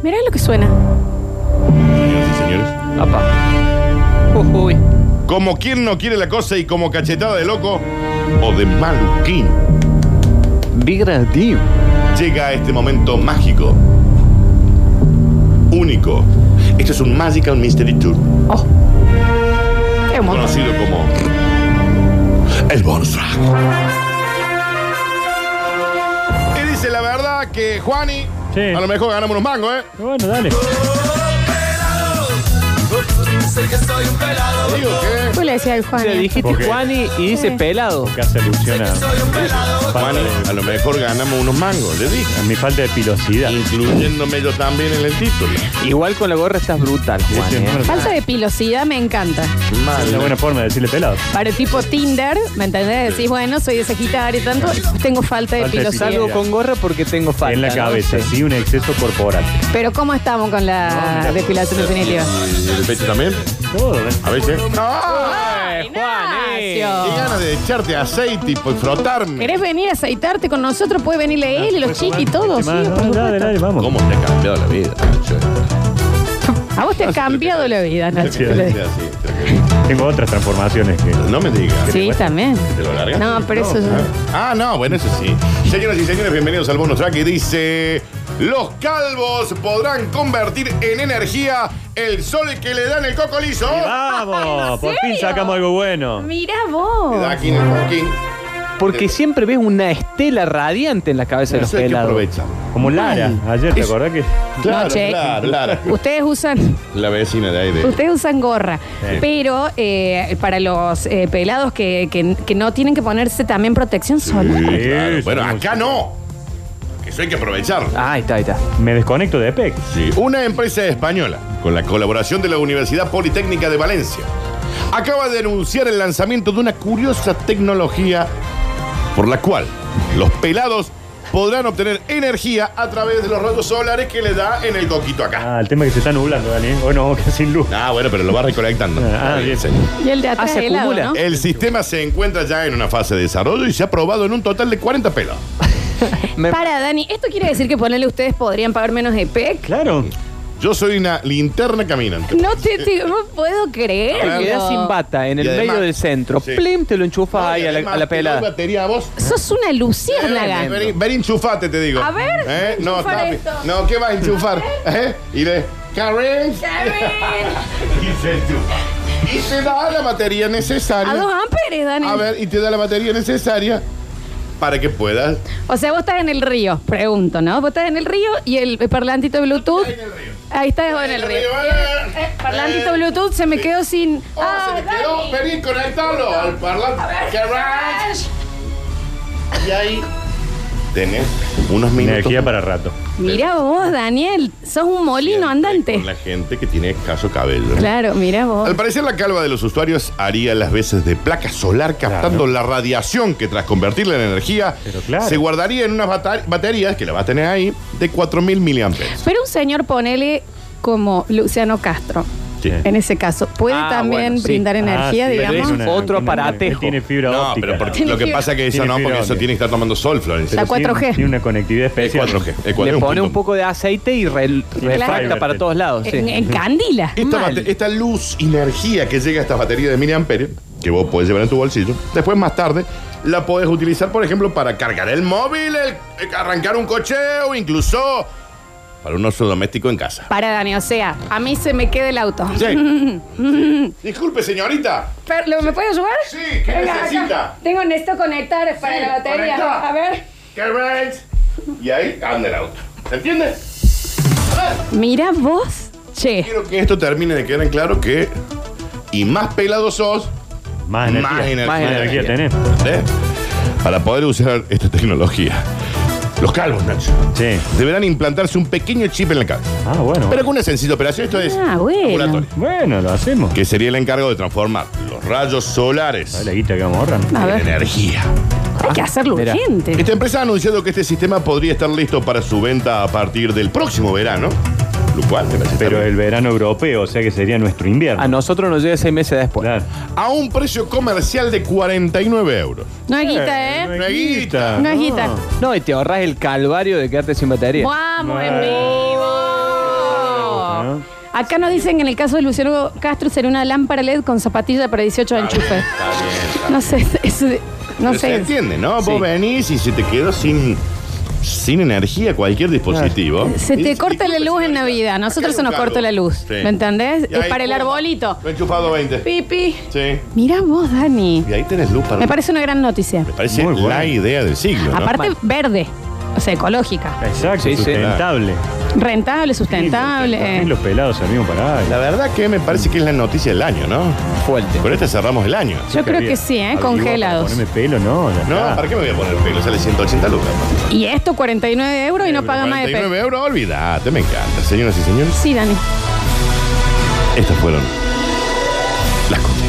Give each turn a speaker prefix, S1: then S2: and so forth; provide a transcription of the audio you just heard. S1: Mirá lo que suena.
S2: Señoras y señores.
S3: Apa. Uy.
S2: Como quien no quiere la cosa y como cachetada de loco o de maluquín.
S3: Big Radio.
S2: Llega este momento mágico. Único. Esto es un Magical Mystery Tour.
S1: Oh. Es un montón.
S2: Conocido como. El bonus track. Y dice la verdad que Juani.
S4: Sí.
S2: A lo mejor ganamos unos mangos, ¿eh?
S4: Pero bueno, dale.
S2: Digo que.
S1: Tú le decías al Juan.
S3: Le dijiste
S2: ¿Por qué?
S3: Juani y dice
S1: Sí.
S3: pelado.
S4: Que hace alusión a,
S2: Juani, a lo mejor ganamos unos mangos, le dije.
S4: a mi falta de pilosidad.
S2: Incluyéndome yo también en el título.
S3: Igual con la gorra estás brutal, Juani.
S4: Ese
S3: ¿eh?
S4: no es-
S1: Falta de pilosidad me encanta.
S4: es
S2: Mal.
S4: una buena forma de decirle pelado.
S1: Para tipo Tinder, ¿me entendés? Decís, bueno, soy de Sagitario y tanto, tengo falta de
S4: Falta de
S1: pilosidad.
S4: pilosidad.
S3: Salgo con gorra porque tengo falta.
S4: en la
S3: ¿no?
S4: cabeza,
S3: Sí.
S4: sí, un exceso corporal.
S1: Pero ¿cómo estamos con la depilación definitiva?
S2: ¿Y el pecho también?
S4: Todo, ¿eh?
S2: A veces.
S3: Eh, Juan, eh.
S2: Qué
S1: Ignacio.
S2: ganas de echarte aceite y pues, frotarme.
S1: ¿Querés venir a aceitarte con nosotros? Puede venirle él y
S3: pues,
S1: los chiquis y todos.
S4: Más,
S1: sí, por
S4: dale, dale,
S1: supuesto.
S4: dale, vamos.
S2: ¿Cómo te ha cambiado la vida? Nacho?
S1: pues. A vos te ha cambiado la vida, Nacho.
S4: Sí,
S2: Así, así.
S4: Tengo otras transformaciones que.
S2: No me digas.
S1: Sí, también.
S2: ¿Te lo largas?
S1: No, pero eso es-
S2: Ah, no, bueno, eso sí. Señoras y señores, bienvenidos al bonus track que dice: Los calvos podrán convertir en energía el sol que le dan el coco liso.
S4: ¡Vamos!
S1: ¿En
S4: Por fin
S1: serio?
S4: sacamos algo bueno.
S1: Mirá vos.
S2: Le da aquí en el coquín.
S3: Porque siempre ves una estela radiante en la cabeza de
S2: No
S3: los
S2: sé qué
S3: pelados.
S2: aprovechan.
S4: Como Lara, ayer, ¿te
S2: Es-
S4: acordás que.?
S2: Claro,
S1: che.
S2: claro, claro.
S1: Ustedes usan,
S2: La vecina de ahí de.
S1: ustedes usan gorra, pero eh, para los eh, pelados que, que- que no tienen que ponerse también protección solar.
S2: Sí, claro.
S4: Sí,
S2: Bueno,
S4: somos-
S2: acá no. Que eso hay que aprovechar.
S3: Ah, ahí está, ahí está.
S4: Me desconecto de PEC.
S2: Sí, una empresa española, con la colaboración de la Universidad Politécnica de Valencia, acaba de anunciar el lanzamiento de una curiosa tecnología por la cual los pelados podrán obtener energía a través de los rayos solares que le da en el coquito acá.
S4: Ah, el tema es que se está nublando, Dani. ¿eh? Hoy nos vamos a quedar sin luz.
S2: Ah, bueno, pero lo va recolectando.
S4: Ah,
S2: Está
S4: bien.
S2: sí.
S1: Y el de atrás
S3: Ah, se
S1: helado,
S3: acumula.
S1: ¿no?
S2: El sistema se encuentra ya en una fase de desarrollo y se ha probado en un total de 40 pelos.
S3: Me-
S1: Para, Dani, ¿esto quiere decir que ponerle ustedes podrían pagar menos de PEC?
S4: Claro.
S2: Yo soy una linterna caminante.
S1: No te, te- no puedo
S2: A ver.
S1: creer.
S3: Quedás sin bata en
S2: Y
S3: el
S2: además-
S3: medio del centro.
S2: Sí.
S3: Plim, te lo enchufás ahí a la, a la pelada.
S2: batería a vos?
S1: Sos una
S2: Ven,
S1: luciérnaga.
S2: ven, ven, enchufate, te digo.
S1: A ver,
S2: ¿Eh? No,
S1: enchufar
S2: está-
S1: esto.
S2: no, ¿qué va a enchufar? ¿Eh? Y le. Karen. Y se enchufa. Y te da la batería
S1: A dos
S2: necesaria.
S1: amperes, Dani.
S2: A ver, y te da la batería necesaria para que puedas.
S1: O sea, vos estás en el río, pregunto, ¿no? Vos estás en el río y el parlantito Bluetooth.
S2: Ahí en el río.
S1: Ahí estás vos en el río.
S2: Eh,
S1: Eh, Ah, parlantito Bluetooth se me
S2: sí.
S1: quedó sin.
S2: Oh, se me quedó.
S1: Dani.
S2: Vení, conectalo al parlante. Karen. Y ahí tenés unos minutos.
S4: Energía para rato.
S1: Mirá vos, Daniel. Sos un molino andante.
S2: Con la gente que tiene escaso cabello. ¿no?
S1: Claro, mirá vos.
S2: Al parecer la calva de los usuarios haría las veces de placa solar captando la radiación que tras convertirla en energía
S4: Pero claro.
S2: se guardaría en unas bata- baterías que la vas a tener ahí de 4000 miliamperes.
S1: Pero un señor ponele como Luciano Castro.
S2: Sí.
S1: En ese caso, puede
S3: Ah,
S1: también
S3: bueno, sí.
S1: brindar energía,
S4: Ah, sí,
S1: digamos.
S4: pero es una-
S3: Otro
S4: tiene-
S3: aparatejo.
S4: Tiene fibra
S2: No,
S4: óptica.
S2: pero porque
S1: Tiene
S2: lo que
S1: fibra.
S2: pasa es que eso
S4: Tiene
S2: no, porque
S4: fibra
S2: eso
S4: óptica.
S2: tiene que estar tomando sol, Florencia.
S1: La
S4: Pero tiene-
S1: 4G.
S4: Tiene una conectividad
S2: Es
S4: especial.
S2: 4G. es 4G,
S3: Le
S2: un
S3: pone
S2: punto.
S3: un poco de aceite y re- refracta
S4: Claro.
S3: para todos lados. sí.
S1: En, en Cándila.
S2: Esta,
S3: Mal.
S2: bate- esta luz, energía que llega a estas baterías de miliamperes, que vos podés llevar en tu bolsillo, después más tarde la podés utilizar, por ejemplo, para cargar el móvil, el- eh, arrancar un coche o incluso para un uso doméstico en casa.
S1: Para, Dani, o sea, a mí se me queda el auto.
S2: Sí. Sí. Disculpe, señorita.
S1: Fer, ¿lo- ¿Me puede ayudar?
S2: Sí, ¿qué
S1: acá.
S2: necesita?
S1: Tengo necesito conectar para
S2: Sí,
S1: la batería.
S2: conectá.
S1: A ver.
S2: ¿Qué ves? Y ahí anda el auto. ¿Se entiende?
S1: Mira vos. Che.
S2: Quiero que esto termine de quedar en claro que. Y más pelado sos,
S4: Más energía.
S2: Más energía.
S4: Más energía tenés.
S2: ¿eh? Para poder usar esta tecnología. Los calvos, Nacho.
S4: Sí.
S2: Deberán implantarse un pequeño chip en la cabeza.
S4: Ah, bueno.
S2: Pero con una sencilla operación, esto es
S1: Ah, bueno.
S2: ambulatorio,
S4: Bueno, lo hacemos.
S2: Que sería el encargo de transformar los rayos solares
S4: ¿Sabes la guita que vamos a ahorrar?
S1: A
S2: en
S1: ver,
S2: energía.
S1: hay que hacerlo
S3: Mira.
S1: urgente.
S2: Esta empresa ha anunciado que este sistema podría estar listo para su venta a partir del próximo verano, lo cual me parece
S4: Pero
S2: estar bien.
S4: el verano europeo, o sea que sería nuestro invierno.
S3: A nosotros nos llega seis meses después.
S4: Claro.
S2: a un precio comercial de 49 euros.
S1: No hay guita, ¿eh?
S2: No hay guita.
S1: No hay guita.
S3: No, y te ahorras el calvario de quedarte sin batería.
S1: Vamos en vivo. Acá nos dicen que en el caso de Luciano Castro sería una lámpara LED con zapatilla para 18 enchufes.
S2: Está bien, está bien.
S1: No sé, eso de- no
S2: Pero Se
S1: sé.
S2: entiende, ¿no? Vos
S3: Sí.
S2: venís y se te quedó sin, sin energía cualquier dispositivo.
S1: Se te
S2: Y dices,
S1: corta la
S2: disculpe,
S1: luz en
S2: señorita,
S1: Navidad. Nosotros
S2: acá
S1: se
S2: hay un
S1: nos
S2: cargo.
S1: corta la luz.
S2: Sí.
S1: ¿Me entendés?
S2: Y
S1: Es
S2: ahí,
S1: para el
S2: pum,
S1: arbolito.
S2: Lo he enchufado 20.
S1: Pipi.
S2: Sí.
S1: Mirá vos, Dani.
S2: Y ahí tenés luz para.
S1: Me parece una gran noticia.
S2: Me parece
S4: Muy bueno.
S2: la idea del siglo. ¿no?
S1: Aparte, verde. O sea, ecológica.
S4: Exacto,
S3: Sí, sí.
S4: sustentable.
S1: Rentable,
S4: También
S1: sustentable.
S4: los pelados amigos para
S2: La verdad que me parece que es la noticia del año, ¿no?
S3: Fuerte.
S2: Con esta cerramos el año.
S1: Yo creo que sí, ¿eh? Congelados.
S4: Ponerme pelo, no. ya
S2: No,
S4: está.
S2: ¿para qué me voy a poner pelo? Sale 180 lucas.
S1: Y esto, 49 euros y no paga más de
S2: 49
S1: peso.
S2: euros, olvídate, me encanta. Señoras y señores,
S1: Sí, Dani.
S2: estas fueron las cosas.